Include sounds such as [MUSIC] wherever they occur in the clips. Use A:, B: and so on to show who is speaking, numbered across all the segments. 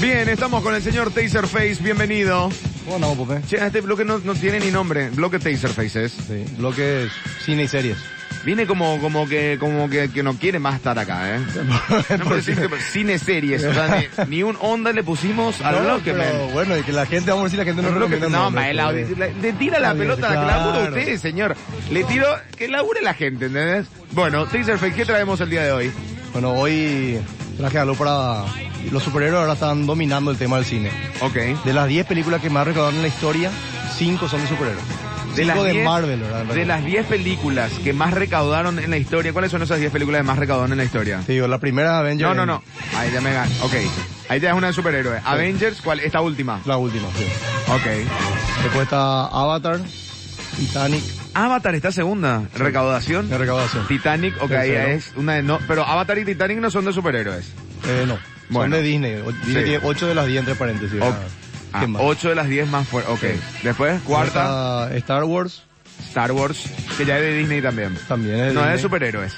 A: Bien, estamos con el señor Taserface, bienvenido.
B: Bueno, Pope.
A: Che, este bloque no, no tiene ni nombre, bloque Taserface es.
B: Sí, bloques cine y [LAUGHS] series.
A: Viene como, como que, como que, que no quiere más estar acá,
B: [LAUGHS]
A: eh. No me decís que cine series, o sea, ni, ni un onda le pusimos al
B: No,
A: bloque,
B: pero
A: men.
B: Bueno, y que la gente, vamos a decir, la gente no
A: No,
B: recomienda. eh.
A: no,
B: nombres,
A: ma, el audio-
B: Pope.
A: la- le tira la
B: Está bien,
A: pelota, que labure
B: claro.
A: ustedes, señor. Le tiro, que labure la gente, ¿entendés? Bueno, Taserface, ¿qué traemos el día de hoy?
B: Bueno, hoy traje algo para... Los superhéroes ahora están dominando el tema del cine.
A: Ok.
B: De las 10 películas que más recaudaron en la historia, 5 son de superhéroes.
A: De
B: Cinco
A: las,
B: de
A: 10
B: Marvel, ¿verdad?
A: de las 10 películas que más recaudaron en la historia, ¿cuáles son esas 10 películas que más recaudaron en la historia?
B: Te digo, la primera Avengers...
A: No, no, no. Ahí ya me gané. Ok. Ahí te das una de superhéroe. Avengers, ¿cuál? Esta última.
B: La última, sí.
A: Ok.
B: Después está Avatar, Titanic,
A: Avatar está segunda. Recaudación.
B: de recaudación.
A: Titanic, ok, ahí
B: Tercero.
A: es una de no. Pero Avatar y Titanic no son de superhéroes.
B: Eh, no,
A: Bueno.
B: son de Disney. O- Disney
A: Sí.
B: tiene 8 de las 10 entre paréntesis.
A: Ok.
B: o sea,
A: Ah,
B: ¿qué más?
A: ocho de las 10 más fuertes. Ok. Después, cuarta,
B: Está Star Wars,
A: Star Wars, que ya es de Disney también.
B: también es de
A: No es de
B: Disney.
A: superhéroes.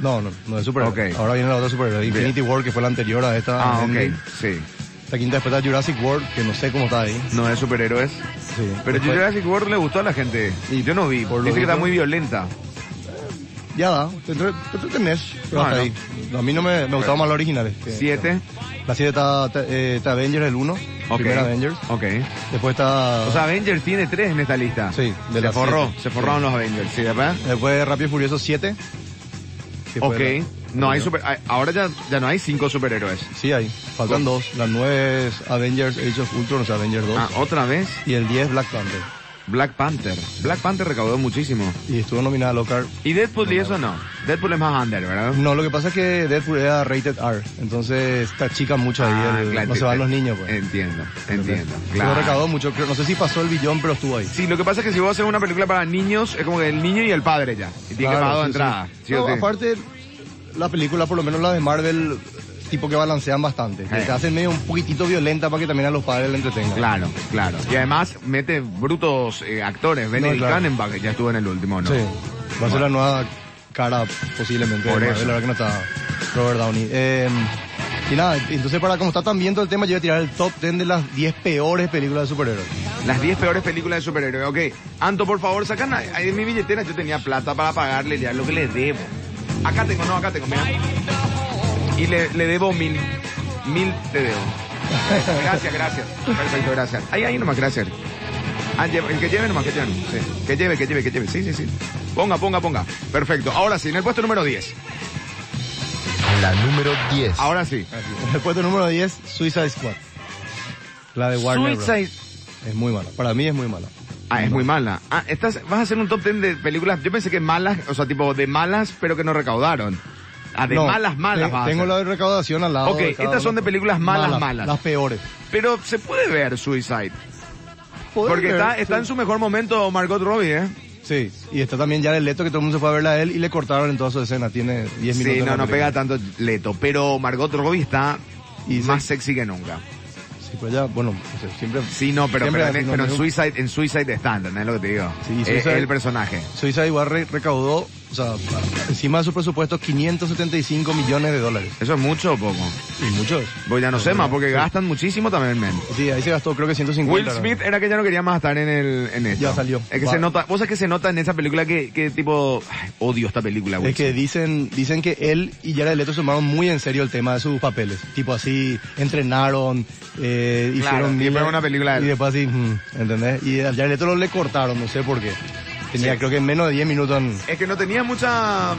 B: No, no, no es superhéroe.
A: Ok.
B: Ahora viene la otra superhéroe. Infinity War, que fue la anterior a esta.
A: Ah,
B: Endgame.
A: ok. Sí.
B: La quinta después está Jurassic World, que no sé cómo está ahí.
A: No es superhéroes.
B: Sí.
A: Pero
B: Después-
A: Jurassic World le gustó a la gente.
B: Y
A: yo no vi.
B: por lo
A: Dice que está
B: visto-
A: muy violenta.
B: Ya da, te entre- te entretenés. Pero
A: Ah,
B: hasta
A: no.
B: ahí. A mí no me, me gustaban más los originales. que-
A: Siete.
B: La siete está, está, eh, está Avengers, el 1.
A: Ok.
B: Primera Avengers.
A: Ok.
B: Después está...
A: O sea, Avengers tiene tres en esta lista.
B: Sí, de
A: se
B: las
A: forró,
B: siete.
A: se forraron los Avengers, ¿sí, verdad?
B: después Rápido y Furioso 7. que fue
A: Ok,
B: la-
A: no hay super, hay- ahora ya, ya no hay cinco superhéroes.
B: Sí, hay. Faltan dos. La nueve es Avengers Age of Ultron, o sea, Avengers 2.
A: Ah, otra vez,
B: Y el 10 Black Panther.
A: Black Panther. Black Panther recaudó muchísimo.
B: Y estuvo nominada al Oscar
A: Y Deadpool y eso no. Deadpool es más under, ¿verdad?
B: No, lo que pasa es que Deadpool era rated R, entonces está chica mucho ahí,
A: Ah,
B: el-
A: claro,
B: no se van
A: te-
B: los niños, pues.
A: Entiendo, entiendo.
B: Pero
A: Claro.
B: recaudó mucho, creo- no sé si pasó el billón, pero estuvo ahí.
A: Sí, lo que pasa es que si vos haces una película para niños, es como que el niño y el padre ya. Y tiene que
B: Claro,
A: pagar dos
B: sí, sí.
A: entradas. sí o
B: No,
A: sí.
B: aparte, la película, por lo menos la de Marvel, tipo que balancean bastante. que
A: Eh.
B: Se hacen medio un poquitito violenta para que también a los padres le entretengan.
A: Claro, claro. Y además mete brutos eh, actores. Benedict
B: claro.
A: Cumberbatch, que ya estuvo en el último, ¿no?
B: Sí, va a ser la nueva cara posiblemente.
A: Por
B: de
A: eso.
B: Marvel, La verdad que no está Robert Downey. Eh, y nada, entonces para como está tan bien todo el tema, yo voy a tirar el top 10 de las 10 peores películas de superhéroes.
A: Las 10 peores películas de superhéroes. Ok, Anto, por favor, sacan ahí ahí de mi billetera. Yo tenía plata para pagarle ya lo que le debo. Acá tengo, no, acá tengo, mira. Y le, le debo mil. Mil te debo. Gracias, gracias. Perfecto, gracias. Ahí, ahí nomás, gracias. Ah, lleva- el que lleve nomás, que lleve. Sí. Que lleve, que lleve, que lleve. Sí, sí, sí. Ponga, ponga, ponga. Perfecto. Ahora sí, en el puesto número 10.
C: La número 10.
A: Ahora sí.
B: El puesto número 10, Suicide Squad. La de Warner Bros.
A: Suicide-
B: Es muy mala. Para mí es muy mala.
A: Ah, es muy mala. Ah, estás, vas a hacer un top 10 de películas. Yo pensé que malas, o sea, tipo de malas, pero que no recaudaron. Ah, de
B: No,
A: malas, malas
B: te-
A: vas a
B: Tengo
A: hacer.
B: la de recaudación al lado.
A: Ok,
B: de cada
A: estas son
B: uno.
A: de películas malas, malas.
B: Las peores.
A: Pero se puede ver Suicide.
B: Poder
A: Porque
B: ver,
A: está,
B: sí.
A: está en su mejor momento Margot Robbie, ¿eh?
B: Sí, y está también ya el leto que todo el mundo se fue a verla a él y le cortaron en toda su escena. Tiene 10 minutos.
A: Sí,
B: en la
A: no, no
B: película.
A: pega tanto Leto. Pero Margot Robbie está
B: Y
A: más sexy que nunca.
B: Sí, pues ya, bueno, no sé, siempre...
A: Sí, no, pero,
B: siempre
A: pero,
B: así,
A: en,
B: no,
A: pero en
B: pero-
A: Suicide, en Suicide está, ¿entendés lo que te digo?
B: Sí,
A: Eh,
B: Suicide-
A: el personaje.
B: Suicide igual recaudó, o sea, encima de su presupuesto, 575 millones de dólares.
A: ¿Eso es mucho o poco?
B: Y muchos.
A: Voy ya no sé más, porque gastan muchísimo también, men.
B: Sí, ahí se gastó creo que 150.
A: Will
B: ¿no?
A: Smith era que ya no quería más estar en el en esto.
B: Ya salió.
A: Es que
B: Va.
A: se nota, vos sabés que se nota en esa película que, que tipo, ay, odio esta película, Will
B: Es que
A: Smith.
B: dicen, dicen que él y Jared Leto se tomaron muy en serio el tema de sus papeles. Tipo así, entrenaron, eh,
A: Claro,
B: hicieron
A: y
B: miles-
A: fue una película de él.
B: Y después así, mm, ¿entendés? Y a Jared Leto lo le cortaron, no sé por qué. Tenía
A: Sí.
B: creo que menos de 10 minutos en...
A: Es que no tenía mucha...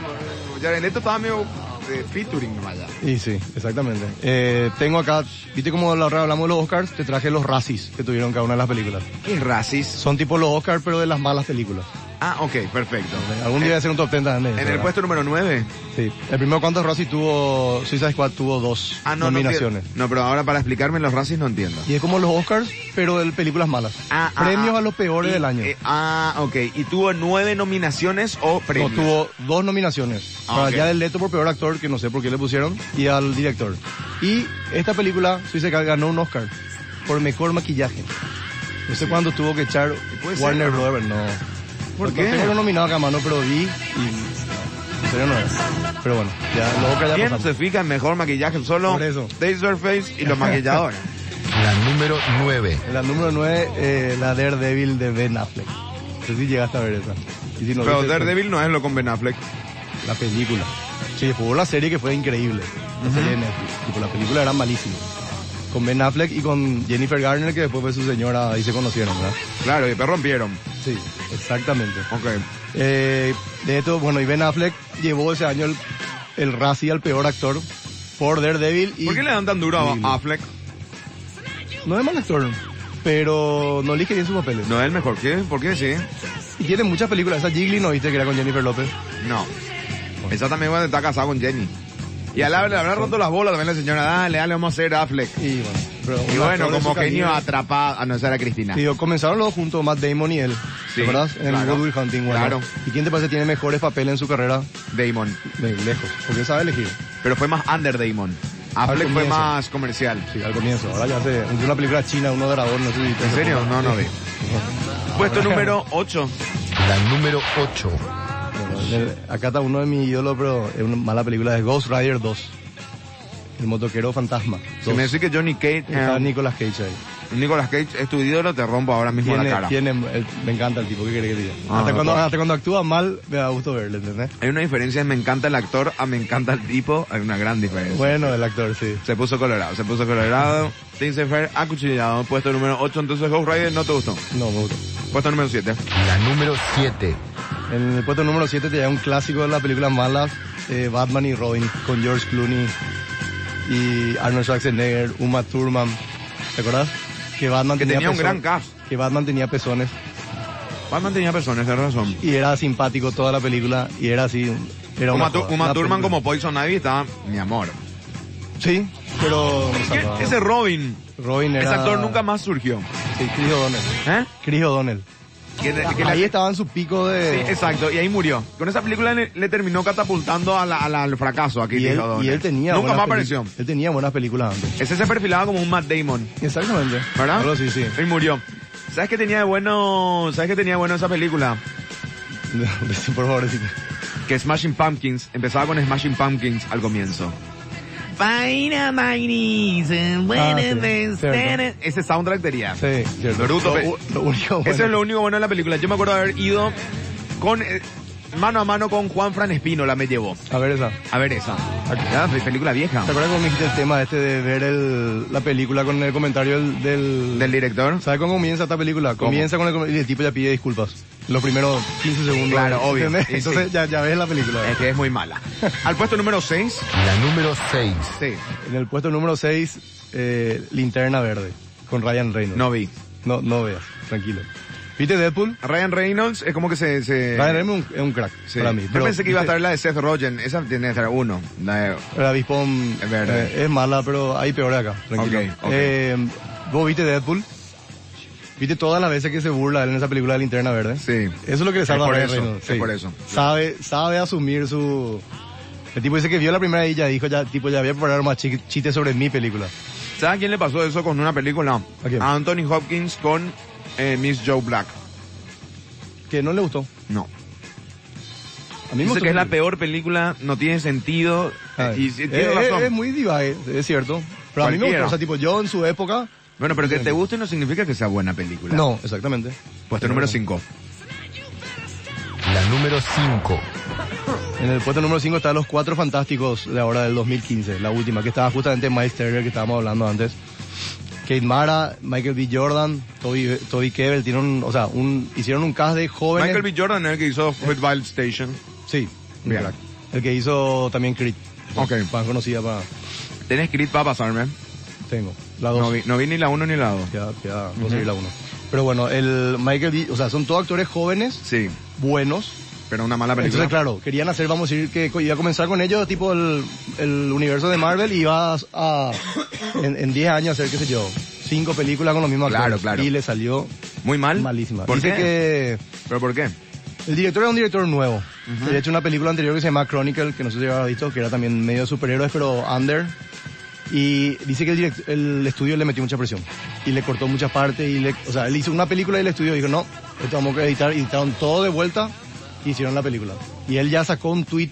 A: Ya en esto estaba medio eh, featuring nomás ya.
B: Y sí, exactamente. Eh, tengo acá, viste como la otra hablamos de los Oscars, te traje los racis que tuvieron cada una de las películas.
A: ¿Qué es racis?
B: Son tipo los Oscars pero de las malas películas.
A: Ah, ok, perfecto.
B: Algún día voy a hacer un top 10 también.
A: Eh, En el
B: ¿verdad?
A: puesto número 9.
B: Sí. El primero cuántos racis tuvo, Suicide Squad tuvo dos
A: Ah, no, no
B: nominaciones.
A: entiendo. No, pero ahora para explicarme los racis no entiendo.
B: Y es como los Oscars, pero de películas malas.
A: Ah, ah,
B: Premios
A: ah.
B: a los peores
A: Y,
B: del año.
A: eh, ah, ok. ¿Y tuvo nueve nominaciones o
B: No,
A: premios?
B: tuvo dos nominaciones.
A: Ah,
B: para
A: ok.
B: ya del Leto por peor actor, que no sé por qué le pusieron, y al director. Y esta película, Suicide Squad, ganó un Oscar por mejor maquillaje. No sé cuándo tuvo que echar
A: ¿Puede ser
B: Warner
A: o no?
B: Brothers, no.
A: ¿Por
B: No
A: qué?
B: tengo los nominados acá a mano, pero vi y... serio no es. Pero bueno, ya los Oscar ya
A: ¿Quién
B: pasamos.
A: se fija en mejor maquillaje? Solo
B: Por eso.
A: Taserface y
B: [LAUGHS]
A: los maquilladores.
C: La número 9.
B: La número 9, eh, la Daredevil de Ben Affleck. No sé si llegaste a ver esa. Y si no
A: Pero
B: viste,
A: Daredevil no es lo con Ben Affleck.
B: pues, La película. Sí, jugó la serie que fue increíble. La serie de Netflix. Tipo, la película era malísima. Con Ben Affleck y con Jennifer Garner, que después fue su señora y se conocieron, ¿verdad?
A: Claro, y después rompieron.
B: Sí, exactamente.
A: Ok.
B: Eh, de esto, bueno, y Ben Affleck llevó ese año el, el Razzie al peor actor por Daredevil. Y
A: ¿Por qué le dan tan duro a-
B: Increíble.
A: a Affleck?
B: No es mal actor, pero no elige bien sus papeles.
A: No es el mejor. ¿Qué? ¿Por qué sí?
B: Y tiene muchas películas. Esa Jiggly no viste que era con Jennifer López.
A: No. Esa también cuando está casada con Jenny. Y al haber- le habrá roto las bolas también la señora. Dale, dale, vamos a hacer Affleck.
B: Y bueno, pero
A: Y
B: un
A: bueno,
B: actor de
A: como
B: su
A: genio
B: calibre.
A: atrapado a no ser a Cristina.
B: Digo, comenzaron los dos juntos, Matt Damon y él.
A: Ah. Sí,
B: ¿Te acuerdas? En
A: claro.
B: el Goodwill Hunting, bueno.
A: Claro.
B: ¿Y quién te parece tiene mejores papeles en su carrera?
A: Damon.
B: De lejos. Porque él sabe elegir.
A: Pero fue más under Damon. Affleck fue
B: comienzo.
A: más comercial.
B: Sí, al comienzo. Ahora ya hace hizo una película china, uno dragón, no sé si te
A: ¿En serio?
B: acuerdas.
A: No, no vi. Puesto
B: Ahora-
A: número
B: [LAUGHS]
A: 8.
C: La número 8.
B: Bueno, en el- acá está uno de mis ídolos, pero es una mala película, es Ghost Rider 2. El motoquero fantasma.
A: Si me decís que Johnny Cage,
B: Está
A: eh,
B: Nicolas Cage ahí.
A: Nicolas Cage es tu ídolo, te rompo ahora mismo
B: Tiene-
A: la cara.
B: tiene- el- me encanta el tipo, ¿qué quiere que diga?
A: Ah,
B: hasta,
A: no,
B: cuando,
A: pues.
B: hasta cuando actúa mal, me da gusto verle, ¿entendés?
A: Hay una diferencia, en me encanta el actor, a me encanta el tipo, hay una gran diferencia.
B: Bueno, el actor, sí.
A: Se puso colorado, se puso colorado. Tinsen Fair acuchillado, puesto número 8, entonces Ghost Rider no te gustó.
B: No, me gusta.
A: Puesto número 7.
C: La número 7.
B: En el puesto número 7 te da un clásico de las películas malas, eh, Batman y Robin, con George Clooney y Arnold Schwarzenegger, Uma Thurman. ¿Te acuerdas? Que Batman
A: Que tenía un
B: pezo-
A: gran cast.
B: Que Batman tenía pezones
A: Batman tenía personas, de razón.
B: y era simpático toda la película y era así... Era
A: Uma,
B: una
A: Tu-
B: joda,
A: Uma
B: una
A: Thurman
B: película.
A: como Poison Ivy estaba, mi amor.
B: Sí, pero...
A: ¿Qué? Ese Robin,
B: Robin era...
A: ese actor nunca más surgió.
B: Sí, Chris O'Donnell.
A: ¿Eh?
B: Chris O'Donnell.
A: Que- que la-
B: Ahí estaba en su pico
A: Sí,
B: de...
A: exacto, y ahí murió. Con esa película le, le terminó catapultando a la- a la- al fracaso aquí.
B: y, él, y él tenía...
A: Nunca
B: buenas
A: más
B: peli-
A: apareció.
B: Él tenía buenas películas antes.
A: Ese se perfilaba como un Matt Damon,
B: Exactamente.
A: ¿verdad?
B: Algo así, sí.
A: Y murió. ¿Sabes qué tenía de bueno? ¿Sabes qué tenía de bueno esa película?
B: [LAUGHS] Sí, Por favor, sí.
A: Que Smashing Pumpkins, empezaba con Smashing Pumpkins al comienzo. Vaina, vainis, buenas
B: Ah, sí,
A: veces.
B: cierto.
A: Ese soundtrack tenía.
B: Sí, cierto.
A: Bruto,
B: Lo
A: pe-
B: u- lo único bueno.
A: Eso es lo único bueno de la película. Yo me acuerdo de haber ido con eh, mano a mano con Juan Fran Espino, la me llevó.
B: A ver esa.
A: A ver esa. Ya, pe- película vieja.
B: ¿Te acuerdas cómo me dijiste el tema este de ver el, la película con el comentario del... del-
A: Del director.
B: ¿Sabes cómo comienza esta película?
A: ¿Cómo?
B: Comienza con el comentario y el tipo ya pide disculpas. Los primeros 15 segundos.
A: Claro, obvio.
B: ¿entendés?
A: Y sí.
B: Entonces ya, ya ves la película.
A: Es que es muy
B: [LAUGHS]
A: mala. Al puesto número 6.
C: La número 6.
A: Sí.
B: En el puesto número 6, eh, Linterna Verde, con Ryan Reynolds.
A: No vi.
B: No, no veas, tranquilo. ¿Viste Deadpool?
A: Ryan Reynolds es como que se... se-
B: Ryan Reynolds es un- es un crack
A: Eh. sí.
B: para mí.
A: Yo
B: pero
A: pensé que iba a
B: ¿viste?
A: estar la de Seth Rogen. Esa tiene que estar uno. La de-
B: El avispón
A: Es verde.
B: eh, es mala, pero hay peor acá, tranquilo.
A: Ok, ok.
B: Eh, ¿Vos viste Deadpool? ¿Viste todas las veces que se burla él en esa película de Linterna Verde?
A: Sí.
B: Eso es lo que le salva
A: Es por
B: a Ryan
A: eso,
B: Reynolds,
A: es por eso.
B: Sabe, sabe asumir su... El tipo dice que vio la primera y ya dijo, ya, tipo, ya voy a preparar más chi- chistes sobre mi película.
A: ¿Sabes a quién le pasó eso con una película?
B: ¿A quién?
A: Anthony Hopkins con eh, Miss Joe Black.
B: Que no le gustó.
A: No.
B: A mí
A: Dice
B: me gustó
A: que es la
B: película.
A: peor película, no tiene sentido. eh,
B: A ver,
A: Y sí,
B: es,
A: tiene
B: es-
A: razón.
B: es muy divague, es cierto. Pero a mí me
A: Cualquiera.
B: gustó, o sea, tipo, yo en su época...
A: Bueno, pero que te guste no significa que sea buena película.
B: No, exactamente.
A: Puesto número 5.
C: La número 5.
B: En el puesto número 5 están los cuatro fantásticos de ahora del 2015, la última, que estaba justamente Miles Turner, que estábamos hablando antes. Kate Mara, Michael B. Jordan, Toby, Toby Kebbell, tienen un- o sea, un, hicieron un cast de jóvenes.
A: Michael B. Jordan es el que hizo Fruitvale
B: Eh.
A: Station.
B: Sí, un
A: Bien.
B: crack. El que hizo también Creed.
A: Ok.
B: Más conocida para,
A: ¿Tenés Creed para pasarme?
B: tengo, la dos.
A: No vi, no vi ni la 1 ni la 2.
B: Ya, ya, conseguí la uno. Pero bueno, el Michael B., o sea, son todos actores jóvenes,
A: Sí,
B: buenos,
A: pero una mala película.
B: Entonces, claro, querían hacer, vamos a decir, que co- iba a comenzar con ellos, tipo el, el universo de Marvel, y iba a, a- en en 10 años hacer, qué sé yo, cinco películas con los mismos
A: Claro,
B: actores.
A: claro.
B: Y le salió
A: Muy mal.
B: malísima.
A: ¿Por
B: Dice
A: qué?
B: que
A: ¿Pero por qué?
B: el director era un director nuevo. De hecho, una película anterior que se llama Chronicle, que no sé si habrá visto, que era también medio de superhéroes, pero under. Y dice que el, direct- el estudio le metió mucha presión. Y le cortó muchas partes. Y le, o sea, él hizo una película y el estudio dijo, no, esto vamos a editar. Editaron todo de vuelta y hicieron la película. Y él ya sacó un tweet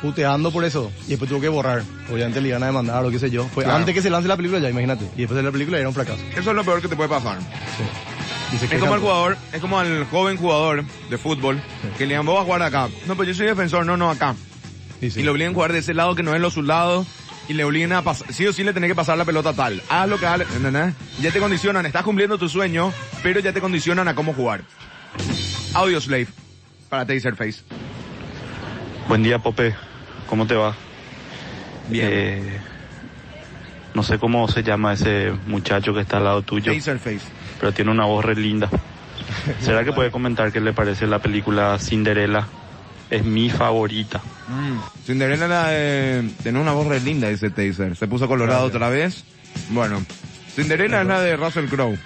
B: puteando por eso. Y después tuvo que borrar. Obviamente le iban a demandar o qué sé yo. Fue
A: Claro.
B: antes que se lance la película ya, imagínate. Y después de la película era un fracaso.
A: Eso es lo peor que te puede pasar.
B: Sí. Y se
A: Es
B: quejan-
A: como al jugador, es como al joven jugador de fútbol que le digan, vos vas a jugar acá. No, pero yo soy defensor, no, no, acá.
B: Sí, sí.
A: Y le obligan a jugar de ese lado que no es los sus lados y le obligan a pasar, sí o sí le tenés que pasar la pelota tal. Haz lo que hagas, na, na. ya te condicionan, estás cumpliendo tu sueño, pero ya te condicionan a cómo jugar. Audio Slave para Taserface.
D: Buen día, Pope. ¿Cómo te va?
A: Bien.
D: Eh, no sé cómo se llama ese muchacho que está al lado tuyo,
A: Taserface.
D: pero tiene una voz re linda. ¿Será que puede comentar qué le parece la película Cinderella? Es mi favorita.
A: Mm. Cinderella la de... Tenía una voz re linda ese Taser. Se puso colorado otra vez. Bueno. Cinderella es la de Russell Crowe.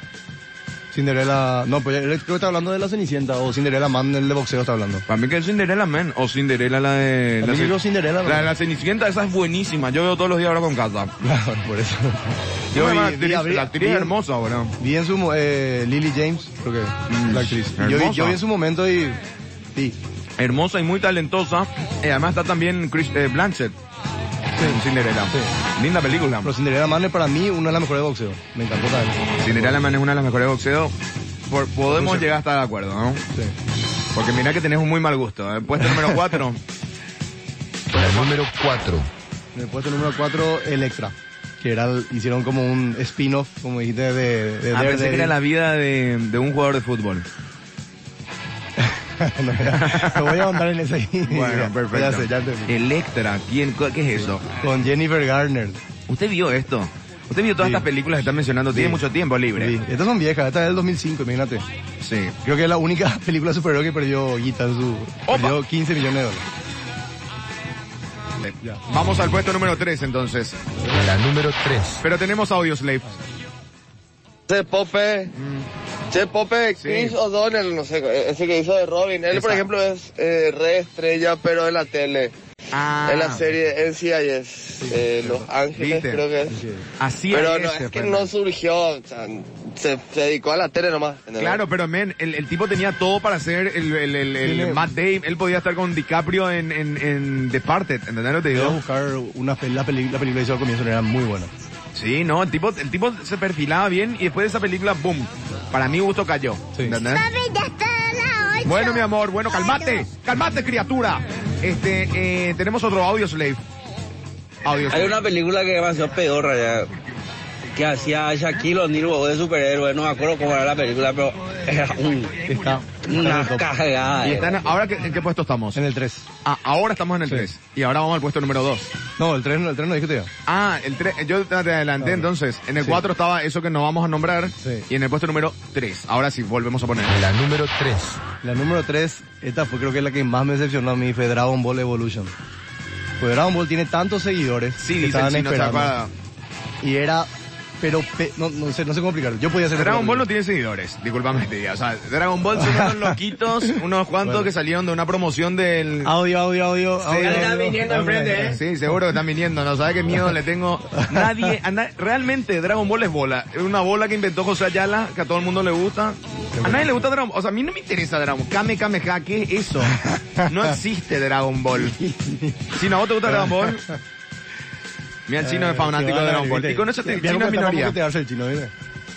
B: Cinderella, no, pues él creo que está hablando de la Cenicienta o Cinderella Man, el de boxeo está hablando.
A: Para mí que es Cinderella Man o Cinderella la de...
B: Para mí
A: ce-
B: yo Cinderella,
A: La de
B: man.
A: la Cenicienta, esa es buenísima. Yo veo todos los días ahora con casa.
B: [LAUGHS] Claro, por eso.
A: Yo
B: vi-
A: la
B: vi-
A: actriz,
B: abrí-
A: la actriz
B: vi-
A: es hermosa, boludo.
B: Vi en su, mo- eh, Lily James, creo que,
A: Mm,
B: la actriz. Yo
A: hermosa.
B: vi, yo vi en su momento y, sí,
A: Hermosa y muy talentosa. Y además está también Chris eh, Blanchett. en Cinderella.
B: Sí.
A: Linda película.
B: pero Cinderella Man es para mí una de las mejores de boxeo. Me encantó también.
A: Cinderella Man es una de las mejores de boxeo. Por- podemos
B: Sí.
A: llegar a estar de acuerdo, ¿no?
B: Sí.
A: Porque mira que tenés un muy mal gusto. ¿eh? Puesto
B: [LAUGHS]
A: número 4.
C: La número 4.
B: En el puesto número 4, el extra. Que era, el- hicieron como un spin-off, como dijiste, de, de
A: Ah, pensé que
B: Daredevil.
A: era la vida de, de un jugador de fútbol.
B: [LAUGHS]
A: [LAUGHS]
B: No, ya, me voy a mandar en [LAUGHS] ese ahí.
A: Bueno,
B: Ya,
A: perfecto.
B: ya sé, ya te-
A: Electra, ¿quién, cu- ¿qué es eso?
B: Con Jennifer Garner.
A: ¿Usted vio esto? ¿Usted vio todas
B: Sí.
A: estas películas que están mencionando? Tiene
B: Sí.
A: mucho tiempo libre.
B: Sí, Estas son viejas, esta es del 2005, imagínate.
A: Sí.
B: Creo que es la única [LAUGHS] película de superhéroe que perdió guita en su...
A: Opa.
B: Perdió 15 millones de dólares. Ya.
A: Vamos al puesto número 3 entonces.
C: La número 3.
A: Pero tenemos Audio Slave.
E: Che Pope, Che Pope,
A: Mm. Sí.
E: Chris O'Donnell, no sé, ese que hizo de Robin. Él,
A: Exacto.
E: por ejemplo, es eh, re estrella, pero en la tele,
A: Ah,
E: en la serie NCIS, eh, Los Ángeles,
A: Viste.
E: creo que es.
A: Así
E: Pero no,
A: este,
E: es que
A: Fernando.
E: no surgió, o sea, se, se dedicó a la tele nomás. ¿entendés?
A: Claro, pero men, el, el tipo tenía todo para ser el, el, el, el
B: Tiene-
A: Matt Dave. Él podía estar con DiCaprio en, en, en The Parted, ¿entendés lo que te
B: Voy a
A: digo?
B: buscar una pel- la, peli- la película que hizo al comienzo, era muy buena.
A: Sí, no, el tipo, el tipo se perfilaba bien y después de esa película, boom, para mí gusto cayó.
B: Sí.
A: ¿entendés?
F: Papi, ya está la ocho.
A: Bueno, mi amor, bueno, calmate, calmate, criatura. Este, eh, tenemos otro audio, Slave. Audio
G: Hay
A: Slave.
G: una película que demasiado pedorra ya. Que hacía Shaquille O'Neal, huevón, de superhéroe. No me acuerdo cómo era la película, pero era un-
B: Está, está en el
G: una
B: top.
G: cagada.
A: Y
G: eh.
A: están, ahora, que- ¿en qué puesto estamos?
B: En el 3.
A: Ah, ahora estamos en el
B: Sí.
A: 3. Y ahora vamos al puesto número 2.
B: No, el 3 no, el 3 no dije que te iba.
A: Ah, el 3, yo te adelanté
B: Ah,
A: entonces. En el
B: sí.
A: 4 estaba eso que no vamos a nombrar.
B: Sí.
A: Y en el puesto número 3. Ahora sí, volvemos a poner.
C: La número 3.
B: La número 3, esta fue creo que es la que más me decepcionó a mí, fue Dragon Ball Evolution. Pues Dragon Ball tiene tantos seguidores
A: Sí,
B: que
A: dicen,
B: estaban
A: sí, no se
B: esperando.
A: acuerda.
B: y era, pero pe- no, no sé, no sé cómo explicarlo. Yo podía hacer
A: Dragon Ball no
B: otra
A: tiene seguidores, disculpame este día. O sea, Dragon Ball son unos
B: [LAUGHS]
A: loquitos, unos cuantos
B: Bueno.
A: que salieron de una promoción del...
B: película. Audio, audio, audio, audio.
G: Ahí está
B: audio.
G: viniendo enfrente, ¿eh?
A: Sí, seguro que están viniendo, ¿no? ¿Sabes qué miedo le tengo? Nadie, a na- realmente Dragon Ball es bola. Es una bola que inventó José Ayala, que a todo el mundo le gusta. A nadie le gusta Dragon Ball. O sea, a mí no me interesa Dragon Ball. Kame Kameha, ¿qué es eso? No existe Dragon Ball. Si no, ¿a vos te gusta Dragon Ball? Mira, el
B: Eh,
A: chino es fanático de Dragon Ball. Y con eso te, el
B: Mira
A: chino es
B: cómo está para
A: minoría.
B: moquetearse el chino, ¿viste?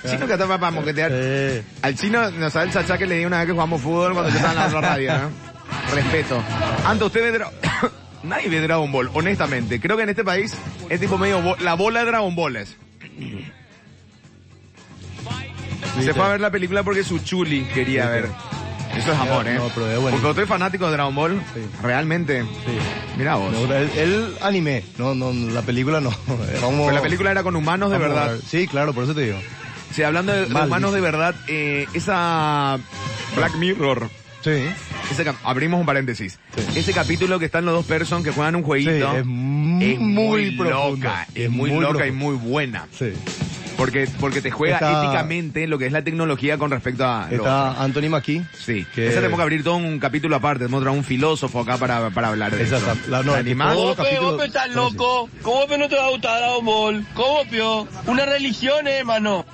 A: Chino que está para moquetear.
B: Eh,
A: Al chino, no sabe el chachá que le di una vez que jugamos fútbol cuando yo estaba en la otra radio, ¿no? Respeto. Antes usted ve Dra- [COUGHS] Nadie ve Dragon Ball, honestamente. Creo que en este país es tipo medio bo- la bola de Dragon Balls. Se
B: ¿viste?
A: fue a ver la película porque su chuli quería ver. Eso es amor, ¿eh?
B: No, pero es buenísimo.
A: Porque usted es fanático de Dragon Ball,
B: Sí.
A: realmente.
B: Sí.
A: Mira vos.
B: Me gusta. El, el anime, no, no, la película no. [LAUGHS] Vamos,
A: Pues la película era con humanos de
B: vamos a
A: verdad.
B: ver. Sí, claro, por eso te digo.
A: Sí, hablando de, de
B: Mal,
A: humanos de
B: dice.
A: verdad, eh, esa Black Mirror.
B: Sí.
A: Ese cap- abrimos un paréntesis.
B: Sí.
A: Ese capítulo que están los dos persons que juegan un jueguito
B: Sí, es muy profundo.
A: loca, es,
B: Es
A: muy,
B: muy
A: loca y
B: profundo.
A: muy buena.
B: Sí.
A: Porque, porque te juega
B: Está-
A: éticamente lo que es la tecnología con respecto a... lo-
B: Está Anthony McKee.
A: Sí,
B: que-
A: esa tenemos que abrir todo un capítulo aparte, tenemos que traer un filósofo acá para, para hablar de
B: Esa
A: eso.
B: está- la- no,
A: ¿Te
B: el que
A: animás?
B: todo-
A: Vos-
B: Pope, capítulo- Pope, estás loco.
G: ¿Cómo no te va a gustar Dragon Ball? ¿Cómo, pio? Una religión, hermano.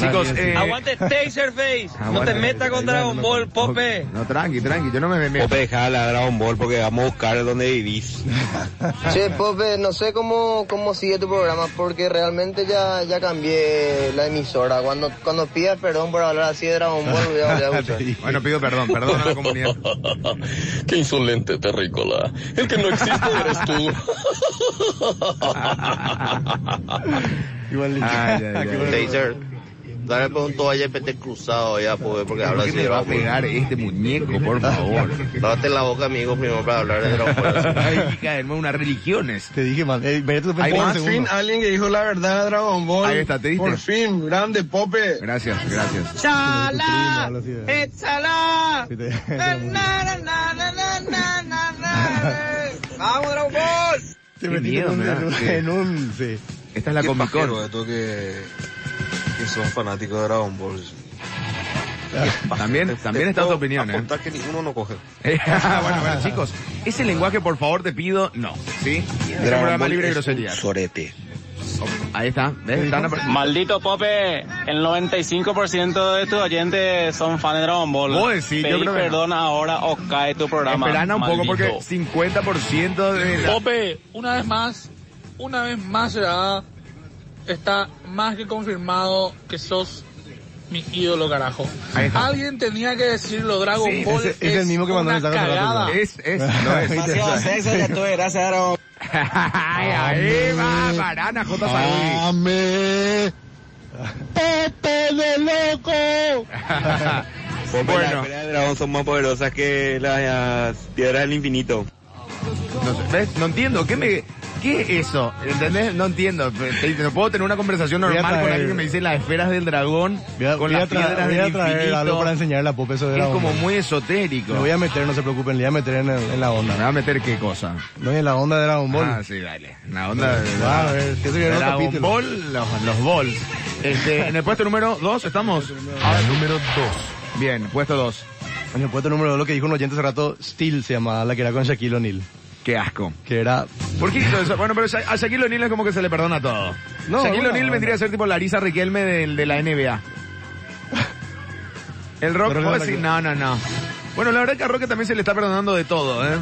A: Chicos, eh,
G: Aguante Taserface. No
A: aguante.
G: te metas con Dragon Ball, Pope.
A: No, tranqui, tranqui, yo no me me-
H: Pope, dejá la Dragon Ball porque vamos a buscar dónde vivís.
E: Che, Pope, no sé cómo, cómo sigue tu programa porque realmente ya, ya cambié la emisora. Cuando, cuando pidas perdón por hablar así de Dragon Ball, voy
A: [LAUGHS]
E: a volver a escuchar.
A: Bueno, pido perdón, perdón a la comunidad.
B: [LAUGHS]
H: Qué insolente, terrícola. El que no existe eres tú.
B: Igual.
A: Ay, ay, ay.
B: Qué bueno.
E: Taser, dale por un toalla y pete cruzado ya, Pope, porque
A: ¿Por
E: habla
A: qué
E: así de
A: me va a
E: Dragon Ball.
A: pegar este muñeco, por
B: [LAUGHS]
A: favor?
E: Lávate la boca, amigo, primero para hablar de [LAUGHS] Dragon Ball.
A: Ay, hija, de nuevo, unas religiones.
B: [LAUGHS] Te dije, man. Eh, Beto,
A: Hay
B: por
A: más,
B: un segundo.
G: alguien que dijo la verdad de Dragon Ball.
A: Ahí está, ¿te diste? Por
G: fin, grande Pope.
A: Gracias, gracias.
G: ¡Chala!
B: Sí, sí, sí.
G: ¡Échala!
B: Sí, te- [LAUGHS]
G: Na, na, na, na, na, na, na, na. ¡Vamos, Dragon Ball!
B: Te
A: Qué
B: metiste
A: miedo,
B: en un-
A: ¿verdad? Sí.
B: en un... Sí.
A: Esta es la Comic Con.
H: esto que, que son fanáticos de Dragon Ball. este
A: También, también está tu opinión, ¿eh?
H: Apuntar que ninguno no coge.
A: Eh, [LAUGHS] bueno, bueno, chicos, ese lenguaje, por favor, te pido, no. ¿Sí? Es un programa libre de groserías.
H: Sorete.
A: Ahí está. ¿ves? Están apare-
I: Maldito Pope, el 95% de tus oyentes son fan de Dragon Ball.
A: Vos decís, yo
I: Pedí
A: creo que no.
I: perdón ahora o cae tu programa.
A: Esperana un poco porque
I: maldito.
A: 50% de... la-
J: Pope, una vez más, una vez más será, está más que confirmado que sos mi ídolo, carajo.
A: Ahí está.
J: Alguien tenía que decirlo, Dragon
A: Sí,
J: Ball
B: ese-
J: es,
B: es el mismo que mandó
J: una
B: el Dragon Ball.
H: Ah.
J: cagada.
A: Es, es,
H: [LAUGHS]
A: no es.
G: Demasiado sexo ya tuve, gracias a Dragon
A: Ay,
H: Ah,
A: ahí va, Barana J. Salud.
H: ¡Ame! ¡Pepe de loco! [LAUGHS]
A: Pues Bueno.
H: Bueno. Las Pues de dragón son más poderosas que las piedras del infinito.
A: No, sé, ¿ves? no entiendo, ¿qué me... ¿Qué es eso? ¿Entendés? No entiendo. Te- te- No puedo tener una conversación
B: Voy a
A: normal con
B: traer-
A: alguien que me dice las esferas del dragón,
B: Voy a,
A: con
B: voy a
A: las
B: tra-
A: piedras
B: voy a
A: del
B: traer algo
A: infinito.
B: para enseñarle a Pope eso de
A: Es
B: Dragon
A: como
B: Ball.
A: muy esotérico.
B: Le voy a meter, no se preocupen, le voy a meter en, el- en la
A: ¿Me
B: onda.
A: va a meter qué cosa?
B: No, en la onda de Dragon Ball.
A: Ah, sí, dale. La onda de...
B: Va, a ver, que eso que era otro
A: Dragon
B: capítulo.
A: Ball, los, los balls. Este, en el puesto número 2 estamos.
C: La número 2.
A: Bien, puesto 2.
B: En el puesto número 2, lo que dijo un oyente hace rato, Steel se llamaba, la que era con Shaquille O'Neal.
A: Qué asco.
B: Que era...
A: ¿Por qué hizo eso? Bueno, pero Sha- a Shaquille O'Neal es como que se le perdona todo. Shaquille
B: No, bueno,
A: O'Neal
B: bueno.
A: vendría a ser tipo Larisa Riquelme del- de, la
B: [LAUGHS]
A: NBA. El Rock,
B: Pero
A: vos
B: no,
A: decís,
B: no.
A: no, no, no. Bueno, la verdad que a Roque también se le está perdonando de todo, ¿eh?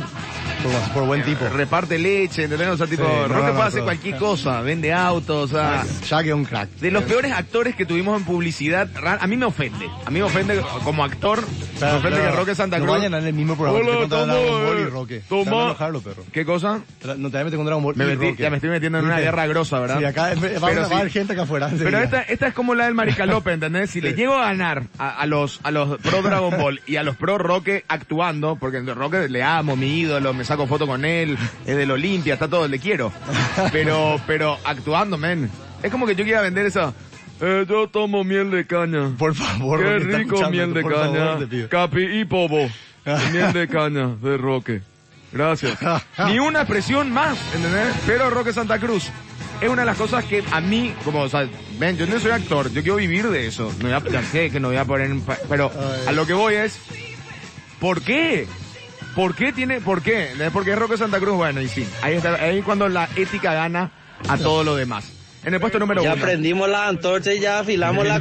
B: Por, por buen tipo.
A: Reparte leche, ¿entendés? O sea, tipo,
B: Sí, no,
A: Roque
B: no,
A: puede hacer
B: pero-
A: cualquier cosa, vende autos, o sea...
B: Shaq es un crack.
A: De los peores actores que tuvimos en publicidad, ra- a mí me ofende. A mí me ofende como actor, me
B: Claro,
A: ofende
B: claro.
A: que Roque Santa Cruz.
B: No vayan a en el mismo programa que te
A: Hola,
B: contaron
A: tomo,
B: Dragon Ball y
A: eh,
B: Roque. Te van a
A: Tomo.
B: enojar los perros.
A: ¿Qué cosa?
B: Tra- No te metes con Dragon Ball
A: Me
B: y
A: metí-
B: Roque.
A: ya me estoy metiendo en una
B: ¿Viste?
A: guerra grosa, ¿verdad?
B: Sí, acá eh, va,
A: Pero
B: a-
A: sí.
B: va a haber gente acá afuera.
A: Pero
B: enseguida.
A: esta, esta es como la del Maricalope, ¿entendés? Si le llego a ganar a, a los a los pro Dragon Ball y a los pro Roque actuando, porque en Roque le amo, mi ídolo, me saco foto con él, es del Olimpia, está todo, le quiero. Pero, pero actuando, men. Es como que yo quiera vender esa. eh, yo tomo miel de caña.
B: Por favor,
A: Qué
B: Roque, está
A: rico
B: escuchando,
A: miel de
B: por favor,
A: caña.
B: te pido.
A: Capi y
B: [LAUGHS]
A: Pobo. Miel de caña de Roque.
B: [LAUGHS]
A: Gracias. Ni una expresión más, ¿entendés? Pero Roque Santa Cruz. Es una de las cosas que a mí, como, o sea, ven, yo no soy actor, yo quiero vivir de eso. No voy a, ya sé que no voy a poner, en pa- pero a lo que voy es, ¿por qué? ¿Por qué tiene, por qué? ¿Entendés? Porque es Roque Santa Cruz, bueno, y sí, ahí está, ahí es cuando la ética gana a todo lo demás. En el puesto número
G: Ya
A: uno.
G: prendimos la antorcha y ya afilamos la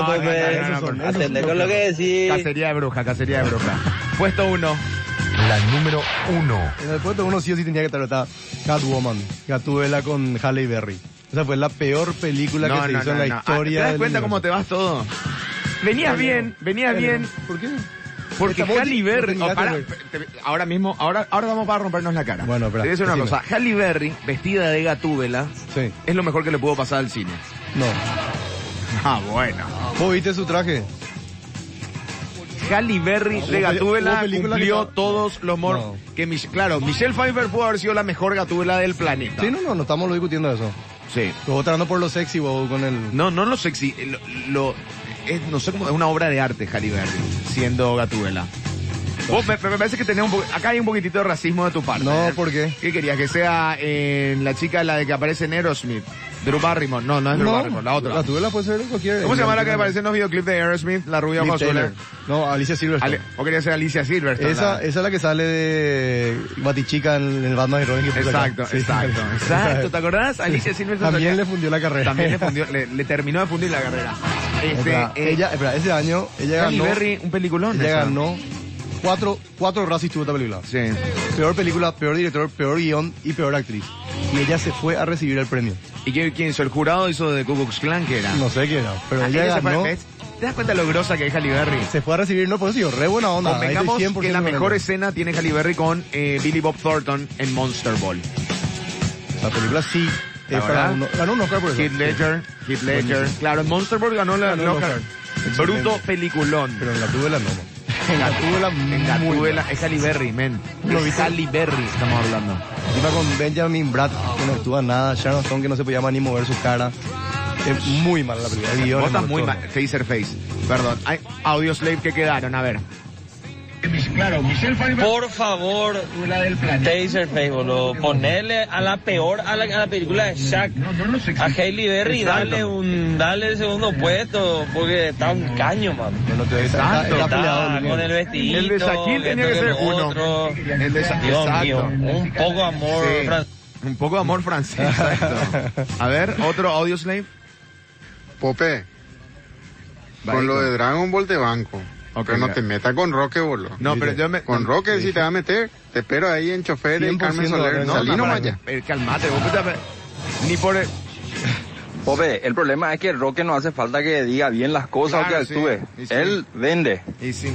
A: [LAUGHS] No, no,
G: Pope.
A: no, no, no, por favor.
G: Atender con lo que decís.
A: Cacería de bruja, cacería de bruja. Puesto uno.
C: La número 1.
B: En el puesto uno sí o sí tenía que tratar Catwoman, Gatúbela con Halle Berry. Esa fue la peor película que se hizo en la
A: Ah,
B: historia.
A: ¿Te das
B: del
A: cuenta cómo
B: universo.
A: te vas todo? Venías bien, venías bien,
B: ¿Por qué?
A: porque
B: Esta voz-
A: Halle Berry...
B: no tenía
A: oh, pará,
B: que ver.
A: te- ahora mismo, ahora, ahora vamos para rompernos la cara.
B: Bueno, espera,
A: Te voy a decir una
B: decime.
A: cosa. Halle Berry, vestida de gatúbela,
B: Sí,
A: es lo mejor que le pudo pasar al cine.
B: no.
A: [LAUGHS] Ah, bueno.
B: ¿Vos viste su traje?
A: Halle Berry de
B: hubo
A: Gatúbela
B: película
A: cumplió
B: que no-
A: todos los mor...
B: No.
A: Que Mich- claro, Michelle Pfeiffer pudo haber sido la mejor Gatúbela del planeta.
B: Sí, no, no, no estamos lo discutiendo eso.
A: Sí.
B: Lo vos tratando por lo sexy, vos, con el...
A: No, no lo sexy, eh, lo, lo- es, no sé cómo, es una obra de arte Halle Berry, siendo Gatúbela. Vos me, me parece que tenés un po- acá hay un poquitito de racismo de tu parte.
B: No,
A: ¿eh?
B: ¿por qué?
A: ¿Qué querías? Que sea eh, la chica la de que aparece en Aerosmith, Drew Barrymore. No, no es Drew Barrymore, la otra.
B: Gatúbela puede ser cualquier...
A: ¿Cómo se llama la que
B: me
A: aparece en los videoclips de Aerosmith? La rubia ojos azules.
B: No, Alicia Silverstone.
A: Ale- ¿O quería ser Alicia Silverstone?
B: Esa,
A: la-
B: esa es la que sale de Batichica en el Batman de Robin. que puso acá.
A: Exacto,
B: Sí. [LAUGHS]
A: exacto, exacto. ¿Te acordás? Alicia Silverstone.
B: También le fundió la carrera. [LAUGHS]
A: También le fundió, le, le terminó de fundir la carrera. Este, eh,
B: Espera, ella, espera, ese año ella
A: Halle
B: ganó.
A: Berry, un peliculón.
B: Ella
A: esa.
B: ganó cuatro, cuatro Razzies tuvo esta película. Peor película, peor director, peor guión y peor actriz. Y ella se fue a recibir el premio.
A: ¿Y qué, quién hizo? ¿El jurado hizo de Ku Klux Klan que era?
B: No sé quién era, pero
A: Ah,
B: ella
A: ella se fue al
B: ganó.
A: Fest. ¿Te das cuenta lo grosa que es Halle Berry?
B: Se fue a recibir, no, por eso digo, re buena onda. ahí estoy
A: Convengamos
B: 100%
A: que la
B: con ella.
A: mejor escena tiene Halle Berry con eh, Billy Bob Thornton en Monster Ball.
B: La película sí.
A: La
B: es para
A: verdad.
B: uno- ganó un Oscar por eso.
A: Heath Ledger, Heath Ledger.
B: Buenísimo.
A: Claro, en Monster Ball ganó la
B: Ganó el
A: el Oscar.
B: Oscar.
A: Bruto peliculón.
B: Pero en la tuve la no.
A: En
B: Gatúbela,
A: En
B: muy
A: Gatúbela. Es Halle Berry, men.
B: Lo
A: Es
B: viste.
A: Halle Berry estamos hablando.
B: Iba con Benjamin Bratt, que no actúa nada, Sharon Stone, que no se podía ni mover su cara. Es muy mala la película. El guión
A: Vos
B: es
A: estás muy
B: todo.
A: mal. Phaser Face. Perdón. Hay audio slave que quedaron. A ver.
K: Claro, Michelle
G: Por favor, Taserface, boludo, ponele a la peor, a la, a la película de Shaq, a Hailey Berry,
A: Exacto.
G: dale un, dale el segundo puesto, porque está un caño, man.
B: Yo no te voy a decir,
A: Exacto.
B: está- está peleado,
G: Está
B: Lilian.
G: con el vestido.
A: El de Shaquille tenía que ser uno. El de Sha-
G: Dios
A: exacto.
G: mío, un poco de amor,
A: Sí.
G: Fran-
A: Un poco de amor francés. Exacto. A ver, otro audio slave.
L: Pope, con lo de Dragon Ball de banco.
A: Ok,
L: pero no
A: mira.
L: te metas con Roque, boludo.
A: No, pero yo me...
L: Con
A: no,
L: Roque
A: sí.
L: si te va a meter. Te espero ahí en chofer en
B: 100%
L: Carmen
B: de
L: Soler.
B: Lorenzo.
L: No, Salí
A: no,
L: nomás
A: para-
L: ya.
A: eh, Calmate, vos puta, pero- Ni por el...
M: Pope, el problema es que Roque no hace falta que diga bien las cosas
A: Claro,
M: o
A: sí,
M: que actúe.
A: y sí.
M: Él vende.
A: Y sí.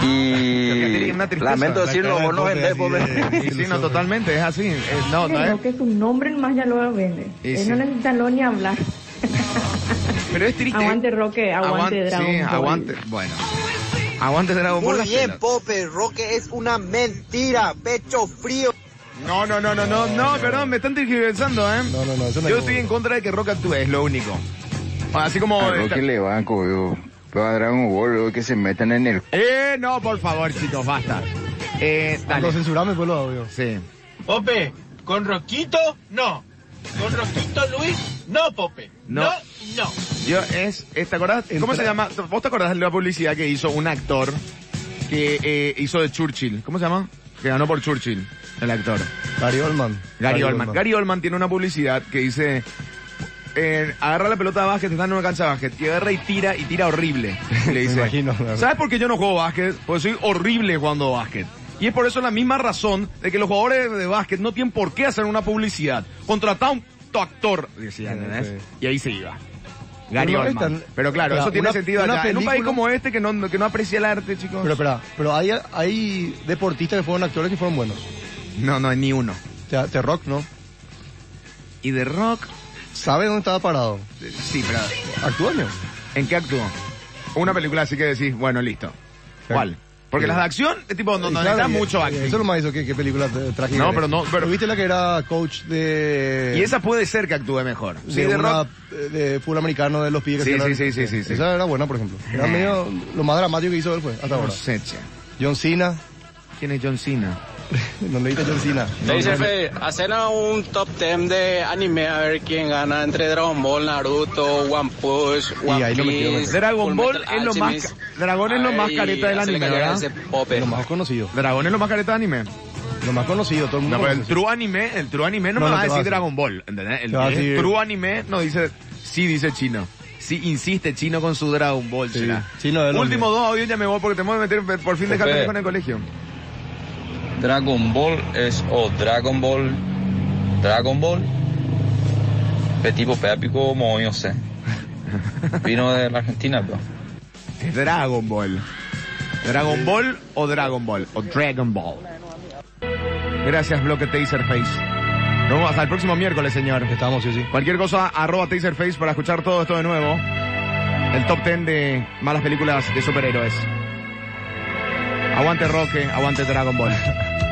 A: Pero que
M: Y
A: tiene [LAUGHS] una tristeza.
M: lamento
A: La
M: decirlo,
A: cara de
M: vos no
A: Pope
M: vendés,
A: así
M: Pope.
A: Y sí, no, totalmente, es así. Eh, No, no es...
N: que su nombre más ya lo vende.
A: Y
N: Él
A: sí.
N: no necesita lo ni hablar.
A: Pero es triste.
N: Aguante Roque, aguante,
A: Aguante,
N: Dragon
A: sí,
N: Ball.
A: aguante. Bueno. Aguante Dragon Ball. las pelas.
E: Pope, Roque es una mentira, pecho frío.
A: No, no, no, no, no, no, perdón, me están tergiversando, ¿eh?
B: No, no, no, eso no
A: Yo
B: es-
A: estoy en contra de que Rock actúe, es lo único. Así como...
O: A
A: esta-
O: Roque le banco, veo. Pero a Dragon Ball, veo que se metan en el...
A: Eh, no, por favor, chicos, basta. Eh,
B: Lo
A: dale.
B: censurame, pues lo obvio.
A: Sí.
K: Pope, con Roquito, no. Con Roquito Luis, no, Pope.
A: No.
K: No, no.
A: Yo es, eh, ¿te acordás? ¿Cómo
B: Entra-
A: se llama? ¿Vos te acordás de la publicidad que hizo un actor que eh, hizo de Churchill? ¿Cómo se llama? Que ganó por Churchill, el actor.
B: Gary Oldman.
A: Gary Oldman. Gary Oldman tiene una publicidad que dice, eh, agarra la pelota de básquet, está en una cancha de básquet, y agarra y tira, y tira
B: [LAUGHS]
A: horrible. Le dice,
B: imagino, la verdad.
A: ¿sabes por qué Ah, yo no juego básquet? Porque soy horrible jugando básquet. Y es por eso la misma razón de que los jugadores de básquet no tienen por qué hacer una publicidad. Contratar a un to- actor, decía, ¿entendés?
B: Sí.
A: Y ahí se iba. Gary
B: Pero no
A: Oldman.
B: es tan-
A: Pero claro,
B: Espera,
A: eso tiene
B: una-
A: sentido
B: una
A: allá. En un país
B: película-
A: como este que no, que no aprecia el arte, chicos.
B: Pero espera, pero hay, hay deportistas que fueron actores que fueron buenos.
A: no, no, ni uno.
B: Te, te rock, ¿no?
A: Y de rock,
B: Sabe dónde estaba parado.
A: eh, sí, pero...
B: Actúa bien.
A: ¿En qué actuó? Una película así que decís, bueno, listo. ¿Cuál? Porque
B: Sí.
A: las de acción es tipo donde
B: Y
A: necesita
B: claro, y-
A: mucho acting.
B: Eso es lo más hizo que, que película t- trágica.
A: No,
B: era.
A: pero no, pero-
B: ¿Viste la que era coach de...
A: Y esa puede ser que actúe mejor. Sí,
B: de,
A: de
B: una,
A: rock.
B: eh, de fútbol americano de los pibes
A: Sí,
B: que
A: sí, sí,
B: hicieron-
A: sí, Mm. sí, sí.
B: Esa era buena, por ejemplo. Era medio lo más dramático que hizo él fue, hasta ahora.
A: Secha.
B: John Cena,
A: ¿Quién es John Cena?
B: no le diste John Cena.
I: Taserface, hacer un top 10 de anime a ver quién gana entre Dragon Ball, Naruto, One Punch,
B: Y
I: One
B: ahí no me quiero
I: Piece.
B: meter.
A: Dragon
I: Full
A: Ball
I: Metal
A: es lo más...
I: Alchemist.
A: ca- Dragón es
I: A
A: lo
I: ver,
A: más
I: y
A: careta del
I: hacerle
A: anime,
I: callar a
A: ¿verdad?
I: ese Pope.
B: Lo más conocido.
A: Dragón es lo más careta de anime.
B: Lo más conocido, todo el mundo.
A: No, pero el
B: conoce.
A: true anime, el true anime no,
B: No,
A: me
B: no
A: va a
B: te
A: decir
B: va a decir.
A: Dragon Ball, ¿entendés? El,
B: Te va a
A: el
B: decir-
A: true anime no dice, sí dice chino. Sí insiste chino con su Dragon Ball,
B: Sí,
A: será.
B: chino del
A: Último dos audios ya me voy porque te voy a meter, por fin dejarme
G: Ope.
A: con el colegio.
G: Dragon Ball es o Dragon Ball, Dragon Ball, pe tipo Pepico yo sé. Vino de la Argentina, bro.
A: Es Este, Dragon Ball. Dragon Ball o Dragon Ball o Dragon Ball. Gracias, bloque Taserface. Nos vemos hasta el próximo miércoles, señor.
B: Estamos, sí, sí.
A: Cualquier cosa, arroba Taserface para escuchar todo esto de nuevo. El top 10 de malas películas de superhéroes. Aguante Roque, aguante Dragon Ball.